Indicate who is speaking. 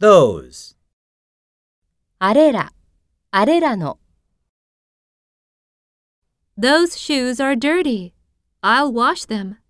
Speaker 1: those,
Speaker 2: あれら、あれらの。
Speaker 3: Those shoes are dirty. I'll wash them.